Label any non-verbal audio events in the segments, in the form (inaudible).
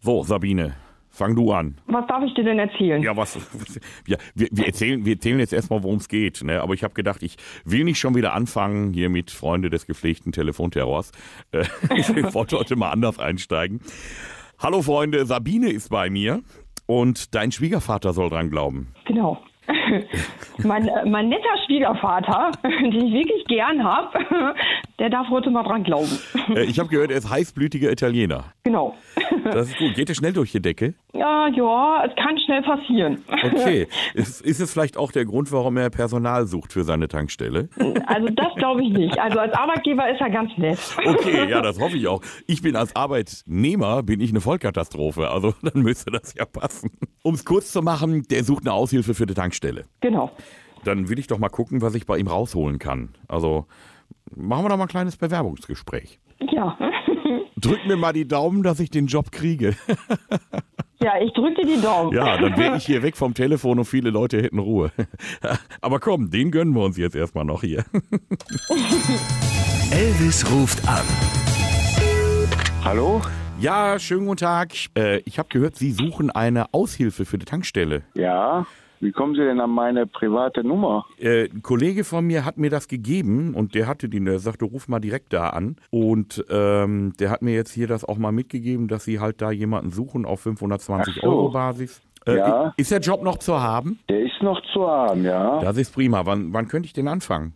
So, Sabine, fang du an. Was darf ich dir denn erzählen? Ja, was? Ja, wir, wir, erzählen, wir erzählen jetzt erstmal, worum es geht. Ne? Aber ich habe gedacht, ich will nicht schon wieder anfangen hier mit Freunde des gepflegten Telefonterrors. Äh, (laughs) ich wollte heute mal anders einsteigen. Hallo Freunde, Sabine ist bei mir und dein Schwiegervater soll dran glauben. Genau. (laughs) mein, äh, mein netter Schwiegervater, (laughs) den ich wirklich gern habe, (laughs) der darf heute mal dran glauben. Äh, ich habe gehört, er ist heißblütiger Italiener. (laughs) Genau. Das ist gut. Geht er schnell durch die Decke? (laughs) Ja, ja, es kann schnell passieren. (laughs) Okay. Ist, ist es vielleicht auch der Grund, warum er Personal sucht für seine Tankstelle? Also das glaube ich nicht. Also als Arbeitgeber ist er ganz nett. Okay, ja, das hoffe ich auch. Ich bin als Arbeitnehmer, bin ich eine Vollkatastrophe. Also (laughs) dann müsste das ja passen. Um es kurz zu machen, der sucht eine Aushilfe für die Tankstelle. (laughs) Genau. Dann will ich doch mal gucken, was ich bei ihm rausholen kann. Also machen wir doch mal ein kleines Bewerbungsgespräch. Ja. (laughs) Drück mir mal die Daumen, dass ich den Job kriege. Ja, ich drücke dir die (laughs) Daumen. Ja, (laughs) dann wäre ich hier weg vom Telefon und viele Leute hätten Ruhe. (laughs) Aber komm, den gönnen wir uns jetzt erstmal noch hier. (laughs) Elvis ruft an. Hallo? Ja, schönen guten Tag. Äh, ich habe gehört, Sie suchen eine Aushilfe für die Tankstelle. Ja? Wie kommen Sie denn an meine private Nummer? Äh, ein Kollege von mir hat mir das gegeben und der hatte den, der sagte, ruf mal direkt da an. Und ähm, der hat mir jetzt hier das auch mal mitgegeben, dass Sie halt da jemanden suchen auf 520 Ach so. Euro Basis. Äh, Ja. i- Ist der Job noch zu haben? Der ist noch zu haben, ja? Das ist prima. Wann, wann könnte ich den anfangen?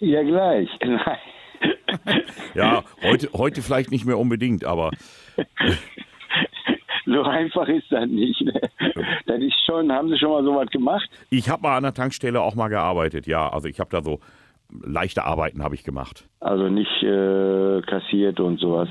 Ja, gleich. (laughs) Nein. Ja, heute, heute vielleicht nicht mehr unbedingt, aber (laughs) So einfach ist das nicht. Ne? Das ist schon, haben Sie schon mal sowas gemacht? ich habe mal an der Tankstelle auch mal gearbeitet. Ja, also ich habe da so leichte Arbeiten habe ich gemacht. Also nicht äh, kassiert und sowas.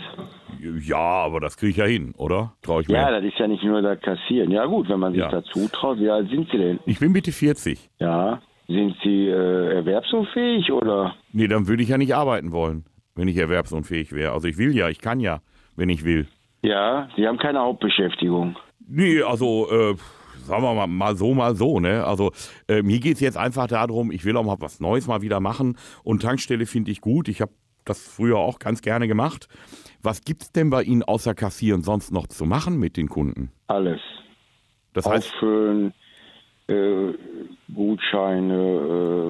Ja, aber das kriege ich ja hin, oder? Traue ich mir. Ja, das ist ja nicht nur das Kassieren. Ja gut, wenn man sich Ja. dazu traut. Wie alt sind Sie denn? ich bin bitte 40. Ja. Sind Sie äh, erwerbsunfähig oder? Nee, dann würde ich ja nicht arbeiten wollen, wenn ich erwerbsunfähig wäre. Also ich will ja, ich kann ja, wenn ich will. Ja, Sie haben keine Hauptbeschäftigung. Nee, also, äh, sagen wir mal, mal so, mal so, ne? Also, äh, mir geht's jetzt einfach darum, ich will auch mal was Neues mal wieder machen. Und Tankstelle finde ich gut. Ich habe das früher auch ganz gerne gemacht. Was gibt's denn bei Ihnen außer Kassieren sonst noch zu machen mit den Kunden? Alles. Das heißt, Auffüllen, äh, Gutscheine,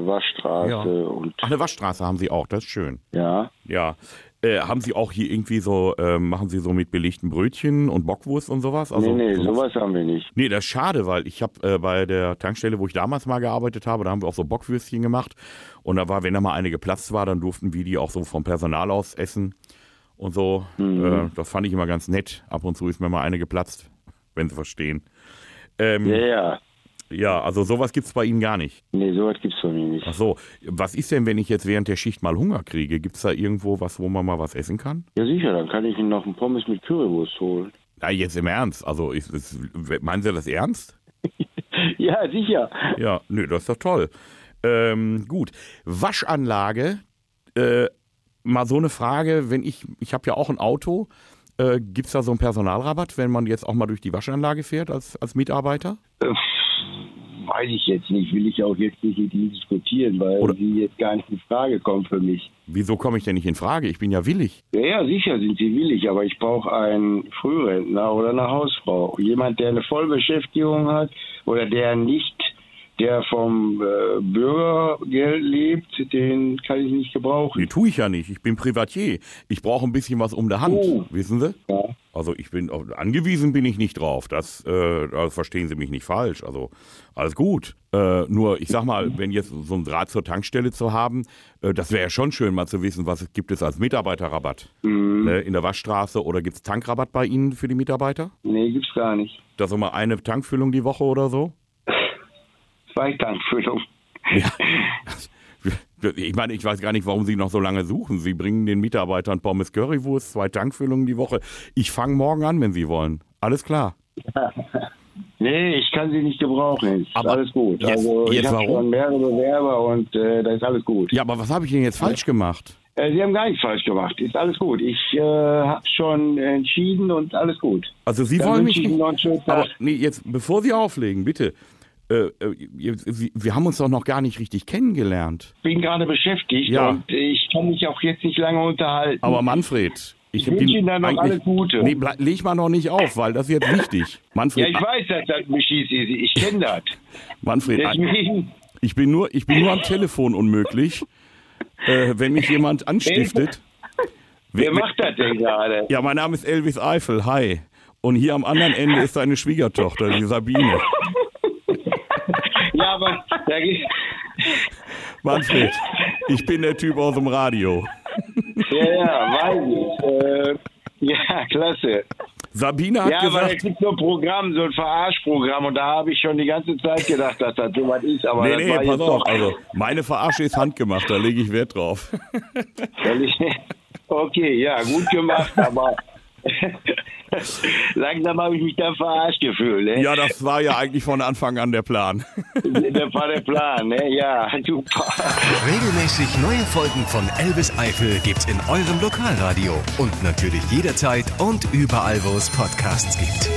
äh, Waschstraße Ja. und ach, eine Waschstraße haben Sie auch, das ist schön. ja. Ja. Äh, haben Sie auch hier irgendwie so, äh, machen Sie so mit belegten Brötchen und Bockwurst und sowas? Also, nee, nee, sowas- sowas haben wir nicht. Nee, das ist schade, weil ich habe äh, bei der Tankstelle, wo ich damals mal gearbeitet habe, da haben wir auch so Bockwürstchen gemacht. Und da war, wenn da mal eine geplatzt war, dann durften wir die auch so vom Personal aus essen und so. Mhm. Äh, das fand ich immer ganz nett. Ab und zu ist mir mal eine geplatzt, wenn Sie verstehen. Ähm, Ja, ja. Ja, also sowas gibt's bei Ihnen gar nicht. Nee, sowas gibt's bei mir nicht. Ach so, was ist denn, wenn ich jetzt während der Schicht mal Hunger kriege? Gibt's da irgendwo was, wo man mal was essen kann? Ja, sicher, dann kann ich Ihnen noch einen Pommes mit Currywurst holen. (laughs) Na, jetzt im Ernst. Also, ich, das, meinen Sie das ernst? Ja, sicher. Ja, nö, das ist doch toll. Ähm, gut, Waschanlage, äh, mal so eine Frage, wenn ich, ich habe ja auch ein Auto, äh, gibt es da so einen Personalrabatt, wenn man jetzt auch mal durch die Waschanlage fährt als, als Mitarbeiter? Weiß ich jetzt nicht, will ich auch jetzt nicht mit Ihnen diskutieren, weil Oder- Sie jetzt gar nicht in Frage kommen für mich. Wieso komme ich denn nicht in Frage? Ich bin ja willig. Ja, ja, sicher sind Sie willig, aber ich brauche einen Frührentner oder eine Hausfrau. Jemand, der eine Vollbeschäftigung hat oder der nicht, der vom äh, Bürgergeld lebt, den kann ich nicht gebrauchen. Nee, tue ich ja nicht. Ich bin Privatier. Ich brauche ein bisschen was um der Hand, Oh. wissen Sie? Ja. Also ich bin angewiesen bin ich nicht drauf. Das, äh, das verstehen Sie mich nicht falsch. Also alles gut. Äh, nur ich sag mal, wenn jetzt so ein Draht zur Tankstelle zu haben, äh, das wäre ja schon schön, mal zu wissen, was gibt es als Mitarbeiterrabatt Mhm. ne, in der Waschstraße oder gibt es Tankrabatt bei Ihnen für die Mitarbeiter? Nee, gibt's gar nicht. Das ist mal eine Tankfüllung die Woche oder so? Zweitankfüllung. Ja. (laughs) Ich meine, ich weiß gar nicht, warum Sie noch so lange suchen. Sie bringen den Mitarbeitern Pommes Currywurst, zwei Tankfüllungen die Woche. Ich fange morgen an, wenn Sie wollen. Alles klar. Nee, ich kann sie nicht gebrauchen. Ist Aber alles gut. jetzt- also jetzt ich habe warum? schon mehrere Bewerber und äh, da ist alles gut. Ja, aber was habe ich denn jetzt falsch gemacht? Äh, sie haben gar nichts falsch gemacht. Ist alles gut. Ich äh, habe schon entschieden und alles gut. Also Sie Dann wollen mich wünsche ich Ihnen nicht. noch einen schönen Tag. Aber nee, jetzt, bevor Sie auflegen, bitte. Äh, äh, jetzt- Sie- wir haben uns doch noch gar nicht richtig kennengelernt. bin gerade beschäftigt Ja. und ich kann mich auch jetzt nicht lange unterhalten. Aber Manfred, Ich Hm. Ich hab wünsche die- Ihnen dann noch eigentlich- alles Gute. Nee, ble- leg mal noch nicht auf, weil das ist jetzt (laughs) wichtig. Ja, Manfred, ich weiß, dass das Mischis ist. Ich (laughs) kenne das. Manfred ein- Deswegen, ich, bin nur, ich bin nur am Telefon unmöglich, äh, wenn mich jemand anstiftet. (laughs) wer macht das denn gerade? Ja, mein Name ist Elvis Eifel, hi. Und hier am anderen Ende ist seine Schwiegertochter, die Sabine. Ja, aber da geht, Manfred, ich bin der Typ aus dem Radio. ja, ja, weiß ich. Äh, ja, klasse. Sabine hat Ja, aber es gesagt, gibt so ein Programm, so ein Verarschprogramm und da habe ich schon die ganze Zeit gedacht, dass das so was ist, aber nee, das nee, war pass jetzt auf, doch. also meine Verarsche ist handgemacht, da lege ich Wert drauf. (laughs) Weil ich- Okay, ja, gut gemacht, aber (laughs) langsam habe ich mich da verarscht gefühlt. Ne? Ja, das war ja eigentlich von Anfang an der Plan. Das war der Plan, ne? Ja, super. Regelmäßig neue Folgen von Elvis Eifel gibt's in eurem Lokalradio und natürlich jederzeit und überall, wo es Podcasts gibt.